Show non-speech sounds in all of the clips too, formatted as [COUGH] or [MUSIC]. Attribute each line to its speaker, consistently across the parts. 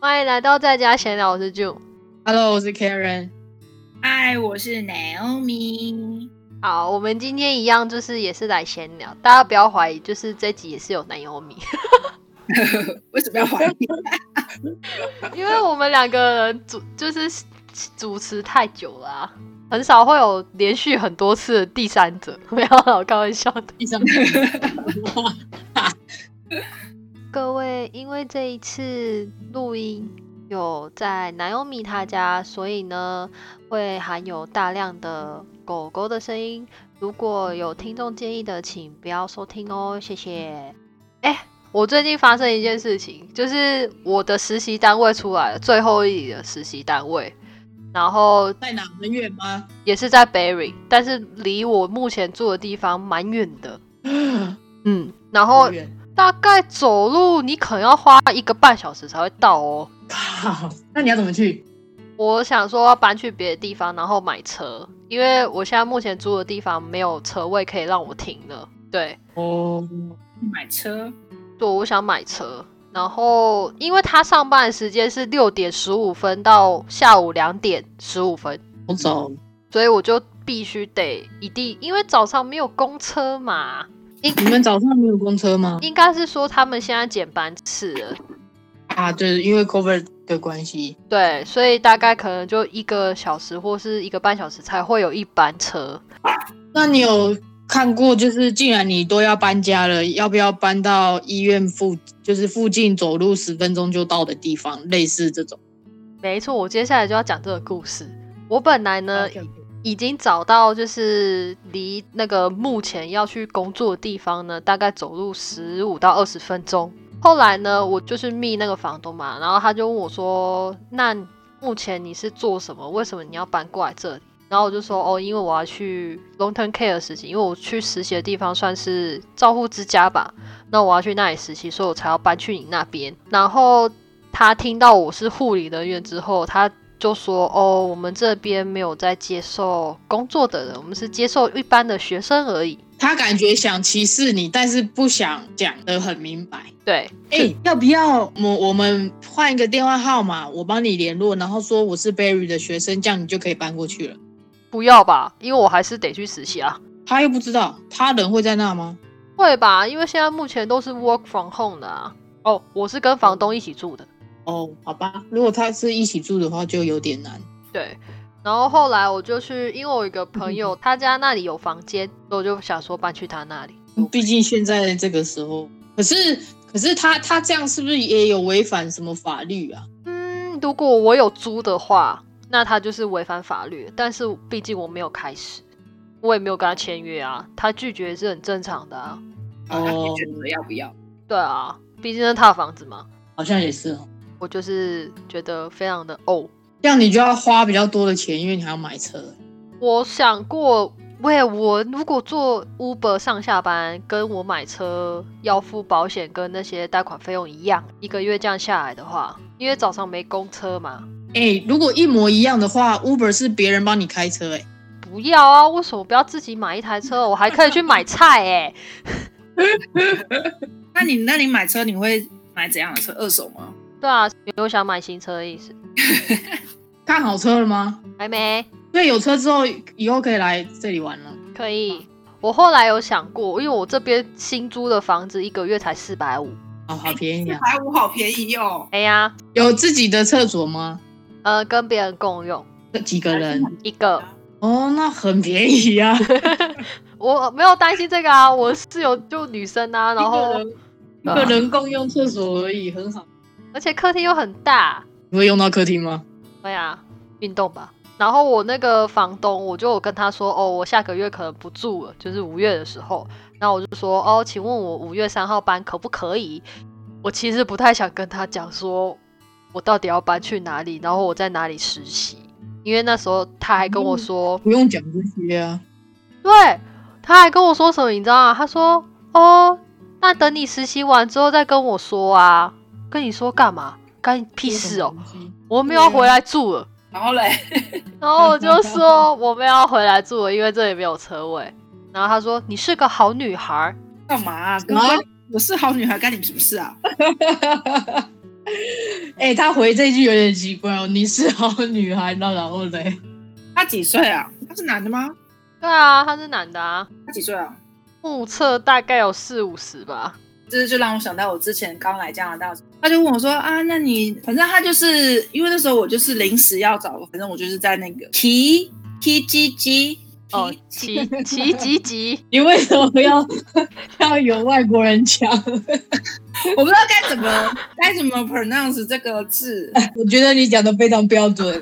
Speaker 1: 欢迎来到在家闲聊，我是 June。
Speaker 2: Hello，我是 Karen。
Speaker 3: 嗨，哎我是 Naomi。
Speaker 1: 好，我们今天一样，就是也是来闲聊，大家不要怀疑，就是这集也是有男优迷，
Speaker 3: [LAUGHS] 为什么要怀疑？
Speaker 1: [LAUGHS] 因为我们两个人主就是主持太久了、啊，很少会有连续很多次的第三者，没有啦，我开玩笑的。
Speaker 2: 第三
Speaker 1: 各位，因为这一次录音有在南欧米他家，所以呢会含有大量的狗狗的声音。如果有听众建议的，请不要收听哦，谢谢。哎、我最近发生一件事情，就是我的实习单位出来了，最后一里的实习单位，然后
Speaker 2: 在哪？很远 [GASPS] 吗？
Speaker 1: 也是在 Berry，但是离我目前住的地方蛮远的。嗯，然后
Speaker 2: 好远。
Speaker 1: 大概走路你可能要花一个半小时才会到哦。
Speaker 2: 靠，那你要怎么去？
Speaker 1: 我想说要搬去别的地方，然后买车，因为我现在目前租的地方没有车位可以让我停了。对，
Speaker 2: 哦，
Speaker 3: 买车，
Speaker 1: 对，我想买车。然后，因为他上班的时间是六点十五分到下午两点十五分，
Speaker 2: 我走。
Speaker 1: 所以我就必须得一定，因为早上没有公车嘛，
Speaker 2: 你们早上没有公车吗？
Speaker 1: 应该是说他们现在减班次了，
Speaker 2: 啊，对，因为 COVID 的关系。
Speaker 1: 对，所以大概可能就一个小时或是一个半小时才会有一班车。
Speaker 2: 那你有看过，就是既然你都要搬家了，要不要搬到医院附，就是附近走路十分钟就到的地方，类似这种？
Speaker 1: 没错，我接下来就要讲这个故事。我本来呢
Speaker 2: 抱歉
Speaker 1: 已经找到，就是离那个目前要去工作的地方呢，大概走路十五到二十分钟。后来呢，我就是密那个房东嘛，然后他就问我说：“那目前你是做什么？为什么你要搬过来这里？”然后我就说：“哦，因为我要去 long term care 实习，因为我去实习的地方算是照护之家吧，那我要去那里实习，所以我才要搬去你那边。”然后他听到我是护理人员之后，他就说：“哦，我们这边没有在接受工作的人，我们是接受一般的学生而已。
Speaker 2: 他感觉想歧视你，但是不想讲得很明白。”
Speaker 1: 对，
Speaker 2: 哎、要不要我我们换一个电话号码，我帮你联络，然后说我是 Barry 的学生，这样你就可以搬过去了。
Speaker 1: 不要吧，因为我还是得去实习啊。
Speaker 2: 他又不知道他人会在那吗？
Speaker 1: 会吧，因为现在目前都是 work from home 的啊。哦，我是跟房东一起住的。
Speaker 2: 哦，好吧，如果他是一起住的话，就有点难。
Speaker 1: 对，然后后来我就去，因为我有一个朋友，他家那里有房间，所以我就想说搬去他那里。
Speaker 2: 毕竟现在这个时候，可是可是他他这样是不是也有违反什么法律啊？
Speaker 1: 嗯，如果我有租的话，那他就是违反法律。但是毕竟我没有开始，我也没有跟他签约啊，他拒绝是很正常的啊。
Speaker 2: 哦
Speaker 3: 哦，选择要不要？
Speaker 1: 对啊，毕竟是他的房子嘛，
Speaker 2: 好像也是哦，
Speaker 1: 我就是觉得非常的哦。
Speaker 2: 这样你就要花比较多的钱，因为你还要买车。
Speaker 1: 我想过，喂，我如果坐 Uber 上下班，跟我买车要付保险跟那些贷款费用一样，一个月这样下来的话，因为早上没公车嘛，
Speaker 2: 哎、如果一模一样的话，Uber 是别人帮你开车、哎，
Speaker 1: 不要啊，为什么不要自己买一台车？我还可以去买菜哎、
Speaker 3: 那你那你买车你会买怎样的车？二手吗？
Speaker 1: 对啊，有没有想买新车的意思？
Speaker 2: 看好车了吗？
Speaker 1: 还没，
Speaker 2: 所以有车之后，以后可以来这里玩了。
Speaker 1: 可以。我后来有想过，因为我这边新租的房子一个月才四百五。
Speaker 2: 哦，好便宜啊！
Speaker 3: 百五好便宜哦，
Speaker 1: 哎呀，
Speaker 2: 有自己的厕所吗？
Speaker 1: 呃，跟别人共用
Speaker 2: 这几个人？
Speaker 1: 一个，
Speaker 2: 哦，那很便宜啊！
Speaker 1: 我没有担心这个啊。我室友就女生啊，然后
Speaker 2: 一个人一个人共用厕所而已，很好。
Speaker 1: 而且客厅又很大，
Speaker 2: 你会用到客厅吗？
Speaker 1: 对啊，运动吧。然后我那个房东，我就有跟他说，哦，我下个月可能不住了，就是五月的时候。那我就说，哦，请问我五月三号搬可不可以？我其实不太想跟他讲说，我到底要搬去哪里，然后我在哪里实习，因为那时候他还跟我说，
Speaker 2: 不用讲这些啊。
Speaker 1: 对，他还跟我说什么，你知道吗？他说：“哦，那等你实习完之后再跟我说啊。”跟你说干嘛？干你屁事哦！我没有要回来住了。
Speaker 3: 然后嘞，
Speaker 1: [LAUGHS] 然后我就说我没有要回来住了，因为这里没有车位。然后他说：“你是个好女孩。
Speaker 3: 干嘛、啊？
Speaker 2: 么
Speaker 3: 跟我我是好女孩，干你们什么事啊？”
Speaker 2: [LAUGHS] 哎、他回这句有点奇怪哦，你是好女孩，那然后嘞？
Speaker 3: 他几岁啊？他是男的吗？
Speaker 1: 对啊，他是男的啊，
Speaker 3: 他几岁啊？
Speaker 1: 目测大概有四五十吧。
Speaker 3: 这就让我想到我之前刚来加拿大的时候，他就问我说啊，那你反正他就是因为那时候我就是临时要找，反正我就是在那个 T T G G
Speaker 1: 哦，奇奇吉吉，
Speaker 2: 你为什么要 [LAUGHS] 要有外国人腔？
Speaker 3: [LAUGHS] 我不知道该怎么该怎么 pronounce 这个字。
Speaker 2: 我觉得你讲的非常标准。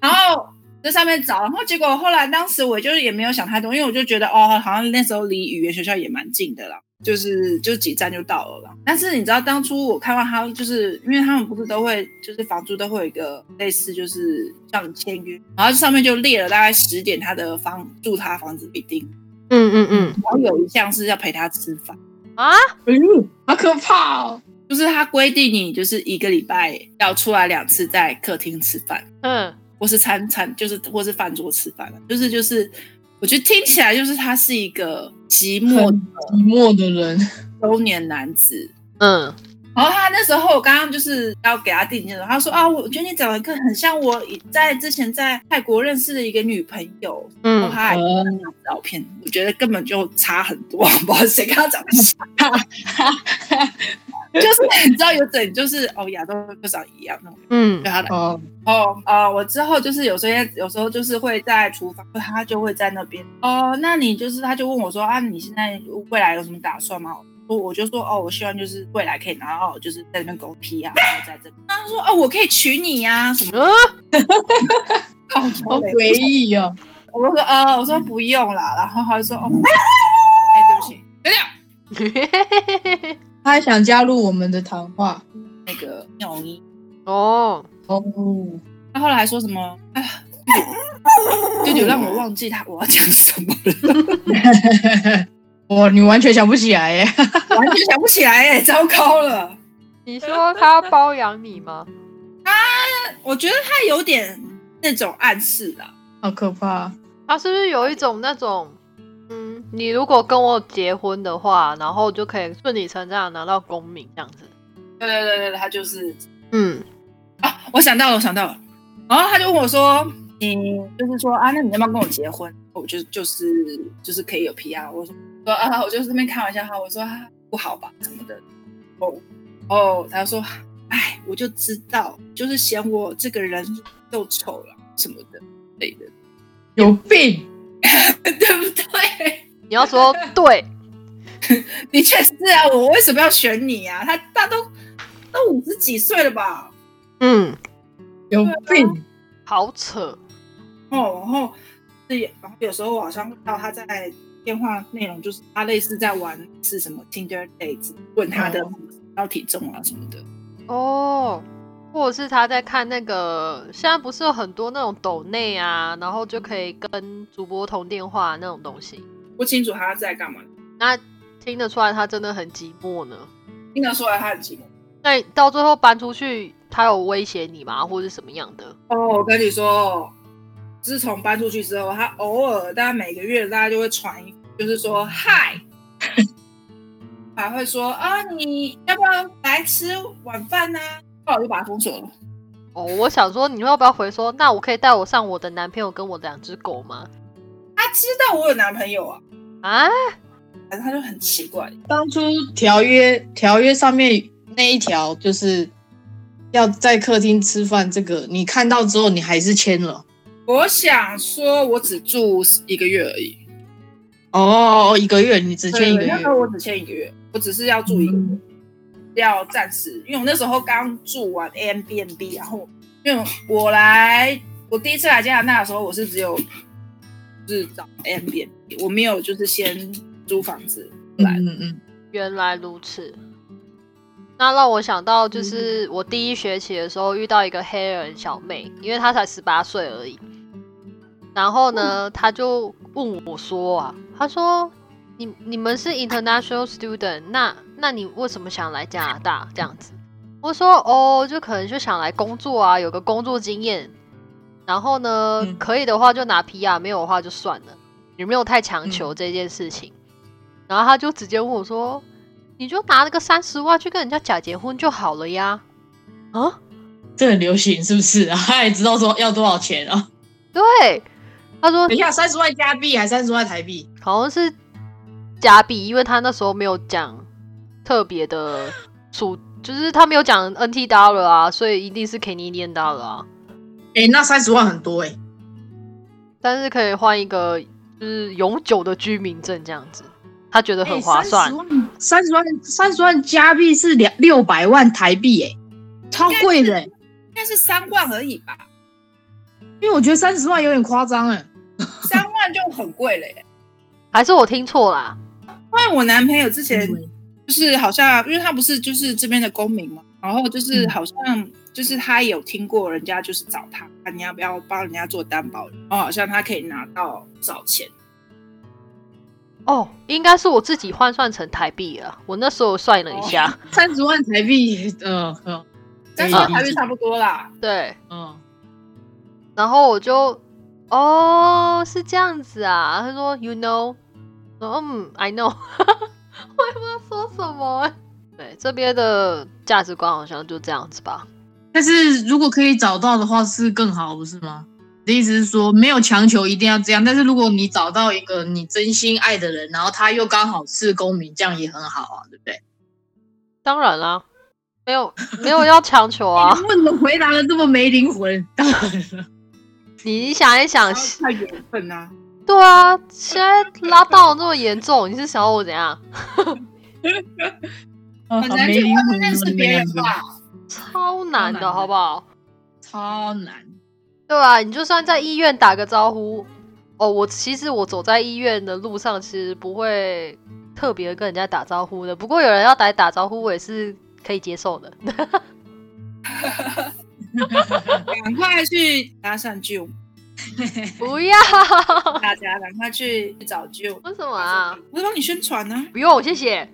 Speaker 3: 然后在上面找，然后结果后来当时我就是也没有想太多，因为我就觉得哦，好像那时候离语言学校也蛮近的啦，就是就几站就到了啦。但是你知道当初我看到他，就是因为他们不是都会就是房租都会有一个类似就是像签约，然后上面就列了大概十点他的房住他房子必定，
Speaker 1: 嗯嗯嗯，
Speaker 3: 然后有一项是要陪他吃饭，
Speaker 1: 啊，
Speaker 2: 嗯，好可怕哦！
Speaker 3: 就是他规定你就是一个礼拜要出来两次在客厅吃饭。
Speaker 1: 嗯，
Speaker 3: 或是餐餐就是或是饭桌吃饭了，啊就是就是，我觉得听起来就是他是一个寂寞的
Speaker 2: 寂寞的人，
Speaker 3: 中年男子。
Speaker 1: 嗯，
Speaker 3: 然后他那时候我刚刚就是要给他定义的时候，他说啊，我觉得你长得很像我在之前在泰国认识的一个女朋友，然后
Speaker 1: 嗯，
Speaker 3: 他还跟他拿照片，我觉得根本就差很多， [LAUGHS] 我不知道谁跟他长得像， [LAUGHS] 就是你知道有种就是哦亚洲就长一样那种，
Speaker 1: 嗯
Speaker 3: 对，他来
Speaker 2: 哦，
Speaker 3: 哦哦，我之后就是有些有时候就是会在厨房，他就会在那边哦。那你就是他就问我说啊，你现在未来有什么打算吗？我我就说哦，我希望就是未来可以拿到就是在那边狗屁啊，然后在这边。那他说哦，我可以娶你呀、什么
Speaker 1: 嗯， [LAUGHS]
Speaker 3: 靠
Speaker 2: 好
Speaker 3: 腰嘞
Speaker 2: 诡异哦。
Speaker 3: 我就说呃，我说不用啦，然后他就说哦，哎，对不起，不掉
Speaker 2: 他还想加入我们的谈话
Speaker 3: 那个泳衣。
Speaker 1: 哦，
Speaker 2: 哦， [LAUGHS]
Speaker 3: 他后来还说什么？哎呀，舅舅让我忘记他我要讲什么了。 [LAUGHS]
Speaker 2: 哇，你完全想不起来耶。 [LAUGHS]
Speaker 3: 完全想不起来哎、糟糕了！
Speaker 1: 你说他要包养你吗？
Speaker 3: 我觉得他有点那种暗示啦，
Speaker 2: 好可怕！
Speaker 1: 他是不是有一种那种，嗯，你如果跟我结婚的话，然后就可以顺理成章地拿到公民这样子？
Speaker 3: 对对对对，他就是
Speaker 1: 嗯，
Speaker 3: 啊，我想到了，我想到了。然后他就问我说：“你就是说啊，那你要不要跟我结婚？”我就就是就是可以有 PR。我说说啊，我就是那边开玩笑哈，我说、啊、不好吧什么的。哦哦，他说：“哎，我就知道，就是嫌我这个人够丑了什么的之类的， [LAUGHS]
Speaker 2: 有病，
Speaker 3: 对不对？” [LAUGHS]
Speaker 1: 你要说对，
Speaker 3: 的确是啊，我为什么要选你啊？他他都都五十几岁了吧？
Speaker 1: 嗯，
Speaker 2: 有病！
Speaker 1: 好扯，
Speaker 3: 哦，然后是，然后有时候我好像看到他在电话内容，就是他类似在玩是什么 Tinder dates，问他的
Speaker 2: 哦
Speaker 3: 要体重啊什么的。
Speaker 1: 哦，或者是他在看那个，现在不是有很多那种抖内啊，然后就可以跟主播通电话那种东西，
Speaker 3: 不清楚他在干嘛，
Speaker 1: 那听得出来他真的很寂寞呢。
Speaker 3: 听得出来他很寂寞。
Speaker 1: 那你到最后搬出去，他有威胁你吗，或是什么样的？
Speaker 3: 哦，我跟你说，自从搬出去之后，他偶尔，大概每个月，大家就会传一，就是说嗨，还会说啊，你要不要来吃晚饭呢、啊？后来我就把他封锁了。
Speaker 1: 哦，我想说，你要不要回说？那我可以带我上我的男朋友跟我两只狗吗？
Speaker 3: 他知道我有男朋友啊，
Speaker 1: 啊，
Speaker 3: 反正他就很奇怪。
Speaker 2: 当初条约条约上面那一条就是要在客厅吃饭，这个你看到之后你还是签了。
Speaker 3: 我想说，我只住一个月而已，
Speaker 2: 哦，一个月你只签一个
Speaker 3: 对
Speaker 2: 月
Speaker 3: 那，时候我只签一个月，我只是要住一个月，
Speaker 2: 嗯
Speaker 3: 要暂时，因为我那时候刚住完 a m b n b 然后因为我来，我第一次来加拿大的时候，我是只有就是找 a m b n b 我没有就是先租房子来。
Speaker 2: 嗯嗯
Speaker 1: 原来如此。那让我想到，就是我第一学期的时候遇到一个黑人小妹，因为她才十八岁而已。然后呢，她就问我说啊，她说你你们是 international student，那那你为什么想来加拿大这样子？我说哦，就可能就想来工作啊，有个工作经验。然后呢，
Speaker 2: 嗯
Speaker 1: 可以的话就拿 PR，没有的话就算了，也没有太强求这件事情。然后他就直接问我说：“你就拿那个三十万去跟人家假结婚就好了呀。啊，
Speaker 2: 这很流行是不是？ [LAUGHS] 他也知道说要多少钱啊？
Speaker 1: 对，他说
Speaker 2: 等一下，三十万加币还三十万台币？
Speaker 1: 好像是假币，因为他那时候没有讲特别的数，就是他没有讲 NT dollar 啊，所以一定是 Canadian dollar 啊。
Speaker 2: 哎、那三十万很多哎、
Speaker 1: 但是可以换一个就是永久的居民证这样子，他觉得很划算。
Speaker 2: 哎三十万，三十万加币是两六百万台币哎、超贵的、欸。
Speaker 3: 应该是三万而已吧，
Speaker 2: 因为我觉得三十万有点夸张哎。
Speaker 3: 三万就很贵了耶。
Speaker 1: 还是我听错啦？
Speaker 3: 因为我男朋友之前就是好像，因为他不是就是这边的公民嘛，然后就是
Speaker 2: 嗯
Speaker 3: 好像就是他有听过人家就是找他，看你要不要帮人家做担保，然后好像他可以拿到不少钱。
Speaker 1: 哦，应该是我自己换算成台币了。我那时候算了一下，
Speaker 2: 三十万台币，嗯、呃，
Speaker 3: 但是
Speaker 1: 可以
Speaker 3: 台币差不多啦，
Speaker 1: [LAUGHS] 对，
Speaker 2: 嗯，
Speaker 1: 然后我就哦是这样子啊。他说 You know，我说嗯 I know，我也不知道说什么。对，这边的价值观好像就这样子吧。
Speaker 2: 但是如果可以找到的话是更好，不是吗？你的意思是说没有强求一定要这样，但是如果你找到一个你真心爱的人，然后他又刚好是公民，这样也很好啊，对不对？
Speaker 1: 当然啦，没有没有要强求
Speaker 2: [LAUGHS]
Speaker 1: 啊。
Speaker 2: 哎你为什么回答的这么没灵魂？ [LAUGHS] 当然了，
Speaker 1: 你想一想
Speaker 3: 然，后看缘分啊。
Speaker 1: 对啊，现在拉到这么严重，你是想要我怎样？
Speaker 3: 很难去外面认识别人吧？
Speaker 1: 超难
Speaker 2: 超难的
Speaker 1: 的好不好？
Speaker 2: 超难。
Speaker 1: 对啊，你就算在医院打个招呼，哦，我其实我走在医院的路上，其实不会特别跟人家打招呼的。不过有人要来打招呼，我也是可以接受
Speaker 2: [LAUGHS]
Speaker 1: 的。
Speaker 3: 赶快去搭讪舅，
Speaker 1: 不要，
Speaker 3: 大家赶快去找舅。 [LAUGHS]
Speaker 1: 为什么啊？
Speaker 3: 我在帮你宣传呢、啊。
Speaker 1: 不用，谢谢。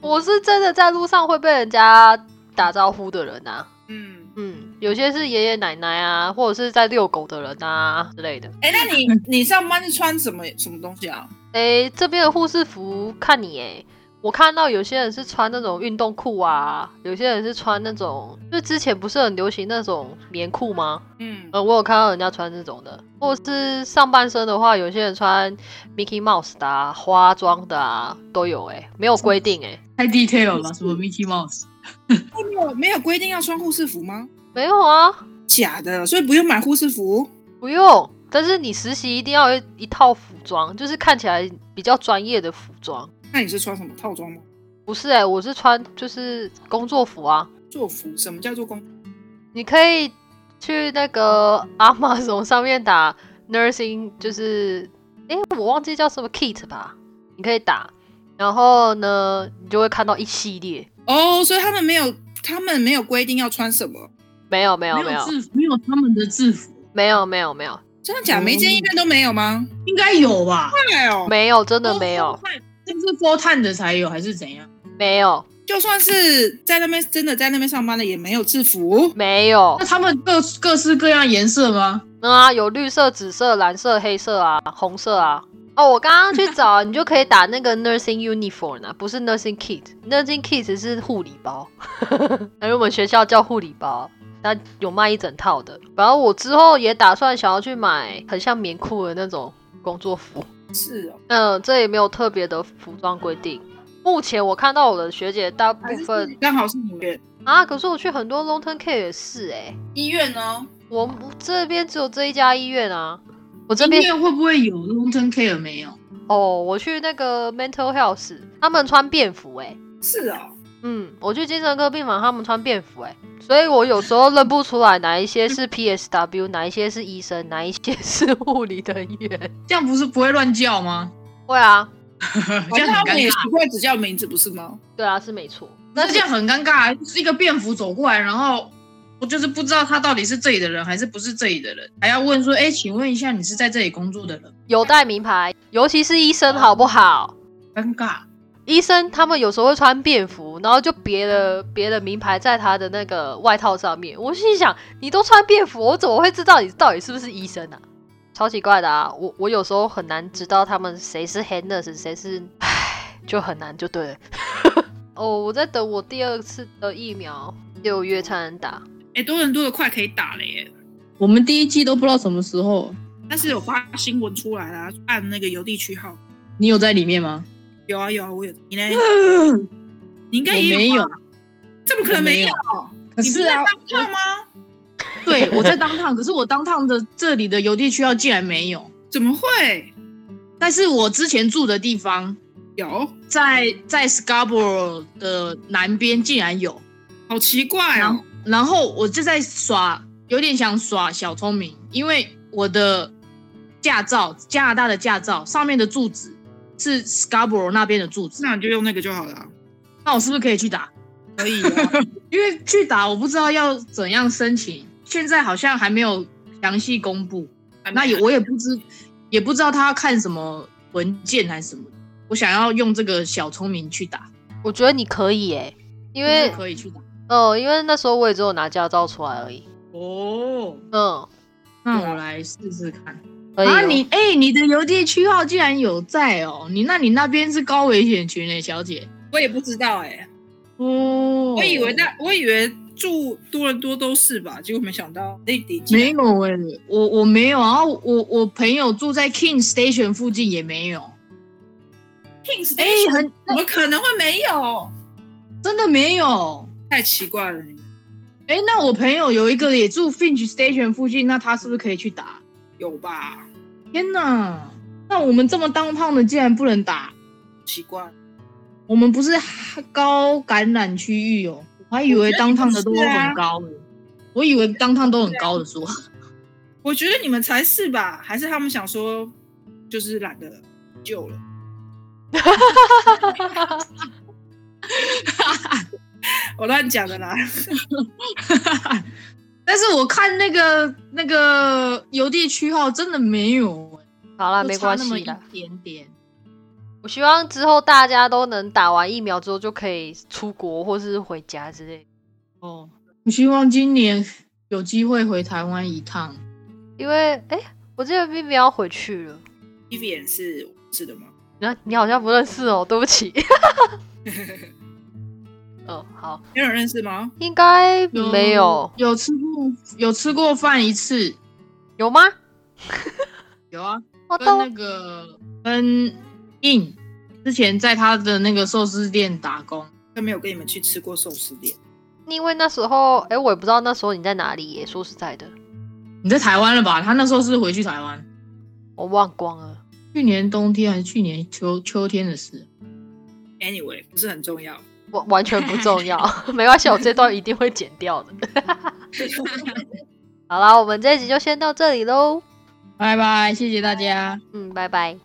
Speaker 1: 我是真的在路上会被人家打招呼的人啊。
Speaker 3: 嗯，
Speaker 1: 嗯，有些是爷爷奶奶啊，或者是在遛狗的人啊之类的。
Speaker 3: 哎、那 [LAUGHS] 你你上班是穿什么什么东西啊？
Speaker 1: 诶，这边的护士服看你诶，我看到有些人是穿那种运动裤啊，有些人是穿那种，就之前不是很流行那种棉裤吗？
Speaker 3: 嗯，
Speaker 1: 呃，我有看到人家穿这种的，或是上半身的话，有些人穿 Mickey Mouse 的啊，花装的啊，都有诶，没有规定诶，
Speaker 2: [LAUGHS] 太 detail 了吧？什么 Mickey Mouse？
Speaker 3: 没有没有规定要穿护士服吗？
Speaker 1: 没有啊，
Speaker 3: 假的，所以不用买护士服。
Speaker 1: 不用。但是你实习一定要有一套服装，就是看起来比较专业的服装。
Speaker 3: 那你是穿什么套装吗？
Speaker 1: 不是诶，我是穿就是工作服啊。
Speaker 3: 做服？什么叫做工？
Speaker 1: 你可以去那个 [LAUGHS] Amazon 上面打 nursing，就是诶，我忘记叫什么 kit 吧，你可以打，然后呢，你就会看到一系列。
Speaker 3: 哦，所以他们没有，他们没有规定要穿什么。
Speaker 1: 没有没有没
Speaker 2: 没
Speaker 1: 有
Speaker 2: 有制服，没有他们的制服，
Speaker 1: 没有没有没有
Speaker 3: 真的假的？
Speaker 2: 哦
Speaker 3: 每间医院都没有吗？
Speaker 2: 应该有吧？
Speaker 3: 对哦，
Speaker 1: 没有，真的没有，
Speaker 2: 这是 f o r t i m 的才有还是怎样？
Speaker 1: 没有
Speaker 3: 就算是在那边真的在那边上班的，也没有制服。
Speaker 1: 没有
Speaker 2: 那。他们各各式各样颜色吗？
Speaker 1: 嗯啊，有绿色、紫色、蓝色、黑色啊，红色啊。哦，我刚刚去找，你就可以打那个 nursing uniform 啊，不是 nursing kit，nursing kit 是护理包，因为我们学校叫护理包，它有卖一整套的。然后我之后也打算想要去买很像棉裤的那种工作服。
Speaker 3: 是哦，
Speaker 1: 嗯，这也没有特别的服装规定。目前我看到我的学姐大部
Speaker 3: 还是
Speaker 1: 分
Speaker 3: 刚好是你们
Speaker 1: 啊，可是我去很多 long term care 也是哎、
Speaker 3: 医院呢？
Speaker 1: 我我这边只有这一家医院啊，我这
Speaker 2: 这
Speaker 1: 边
Speaker 2: 边会不会有 long term care 没有？
Speaker 1: 哦，我去那个 mental health，他们穿便服哎、
Speaker 3: 是哦，
Speaker 1: 嗯，我去精神科病房，他们穿便服哎、所以我有时候认不出来哪一些是 PSW，哪一些是医生，哪一些是护理人员。 [LAUGHS]
Speaker 2: 这样不是不会乱叫吗？ [LAUGHS]
Speaker 1: 会啊，
Speaker 2: 这
Speaker 3: 反正
Speaker 1: 哦
Speaker 2: 样
Speaker 3: 他
Speaker 2: 很
Speaker 3: 们也
Speaker 2: 尴
Speaker 3: 习
Speaker 2: 尬，
Speaker 3: 惯只叫名字，不是吗？
Speaker 1: 对啊，是没错。
Speaker 2: 那这样很尴尬，就是一个便服走过来，然后我就是不知道他到底是这里的人还是不是这里的人，还要问说，哎，请问一下你是在这里工作的人？
Speaker 1: 有带名牌，尤其是医生好不好？
Speaker 2: 尴尬，
Speaker 1: 医生他们有时候会穿便服，然后就别
Speaker 2: 嗯
Speaker 1: 了别的名牌在他的那个外套上面。我心里想，你都穿便服，我怎么会知道你到底是不是医生啊？超奇怪的啊！我我有时候很难知道他们谁是 hand nurse，谁是……唉，就很难，就对了。 [LAUGHS] 哦，我在等我第二次的疫苗，六月才能打。
Speaker 3: 哎，多伦多的快可以打了耶，
Speaker 2: 我们第一季都不知道什么时候，
Speaker 3: 但是有发新闻出来啦、按那个邮递区号。
Speaker 2: 你有在里
Speaker 1: [LAUGHS]
Speaker 2: 面吗？
Speaker 3: 有啊有啊，我有。你呢？
Speaker 2: 我
Speaker 3: 你应该也
Speaker 2: 没
Speaker 3: 有吧
Speaker 2: 有，
Speaker 3: 怎么可能没有？
Speaker 2: 可
Speaker 3: 你不
Speaker 2: 是
Speaker 3: 是在
Speaker 2: 啊，
Speaker 3: 当票吗？
Speaker 2: [LAUGHS] 对，我在当趟，可是我当趟的这里的邮递区号竟然没有，
Speaker 3: 怎么会
Speaker 2: 但是我之前住的地方
Speaker 3: 有？
Speaker 2: 在在 Scarborough 的南边竟然有，
Speaker 3: 好奇怪
Speaker 2: 然
Speaker 3: 哦
Speaker 2: 后！然后我就在耍，有点想耍小聪明，因为我的驾照，加拿大的驾照上面的住址是 Scarborough 那边的住址，
Speaker 3: 那你就用那个就好了啊。
Speaker 2: 那我是不是可以去打？
Speaker 3: 可以啊，
Speaker 2: 因为去打我不知道要怎样申请，现在好像还没有详细公布。那也我也不知，也不知道他要看什么文件还是什么。我想要用这个小聪明去打，
Speaker 1: 我觉得你可以诶、因
Speaker 2: 就是
Speaker 1: 为
Speaker 2: 可以去打。
Speaker 1: 哦，因为那时候我也只有拿驾照出来而已。
Speaker 2: 哦，
Speaker 1: 嗯，
Speaker 3: 啊
Speaker 2: 那我来试试看。
Speaker 1: 可以、哦。
Speaker 2: 啊，你哎、你的邮递区号竟然有在哦！你那你那边是高危险群诶、欸小姐。
Speaker 3: 我也不知道哎、 [LAUGHS]
Speaker 2: 哦，
Speaker 3: 我以为那我以为住多伦多都是吧，结果没想到内地竟然
Speaker 2: 没有诶、我我没有啊，我我朋友住在 King Station 附近也没有。
Speaker 3: Kings
Speaker 2: 哎、
Speaker 3: Station，
Speaker 2: 很
Speaker 3: 怎么可能会没有？
Speaker 2: 真的没有。
Speaker 3: 太奇怪了，你们
Speaker 2: 哎、那我朋友有一个也住 Finch Station 附近，那他是不是可以去打？
Speaker 3: 有吧？
Speaker 2: 天哪，那我们这么当胖的竟然不能打？
Speaker 3: 奇怪，
Speaker 2: 我们不是高感染区域哦，我还以为当胖的都很高呢。我以为当烫都很高的说，
Speaker 3: 我觉得你们才是吧？还是他们想说就是懒得救了？ [LAUGHS] 我乱讲的
Speaker 2: [LAUGHS]
Speaker 3: 啦，
Speaker 2: 但是我看那个那个邮递区号真的没有
Speaker 1: 好啦，啊
Speaker 2: 就
Speaker 1: 没
Speaker 2: 差
Speaker 1: 关
Speaker 2: 那么
Speaker 1: 系
Speaker 2: 一
Speaker 1: 啦。
Speaker 2: 点点。
Speaker 1: 我希望之后大家都能打完疫苗之后就可以出国或是回家之类的
Speaker 2: 哦，我希望今年有机会回台湾一趟。
Speaker 1: 因为哎、诶我记得 Vivi 要回去了，
Speaker 3: 一脸是是的吗？
Speaker 1: 那你好像不认识哦，对不起。 [LAUGHS] 哦，好，
Speaker 3: 没有人认识吗？
Speaker 1: 应该没有，
Speaker 2: 有吃过有吃过饭一次，
Speaker 1: 有吗？哦
Speaker 2: 有啊，
Speaker 1: 我
Speaker 2: 跟那
Speaker 1: 都
Speaker 2: 个跟印之前在他的那个寿司店打工，
Speaker 3: 他没有跟你们去吃过寿司店，
Speaker 1: 因为那时候，哎、我也不知道那时候你在哪里耶。说实在的，
Speaker 2: 你在台湾了吧？他那时候是回去台湾，
Speaker 1: 我忘光了。
Speaker 2: 去年冬天还是去年秋秋天的事。
Speaker 3: Anyway，不是很重要。
Speaker 1: 完完全不重
Speaker 2: [LAUGHS]
Speaker 1: 要，没关系，我这段一定会剪掉的。好啦，我们这一集就先到这里喽，
Speaker 2: 拜拜，谢谢大家。
Speaker 1: 嗯，拜拜。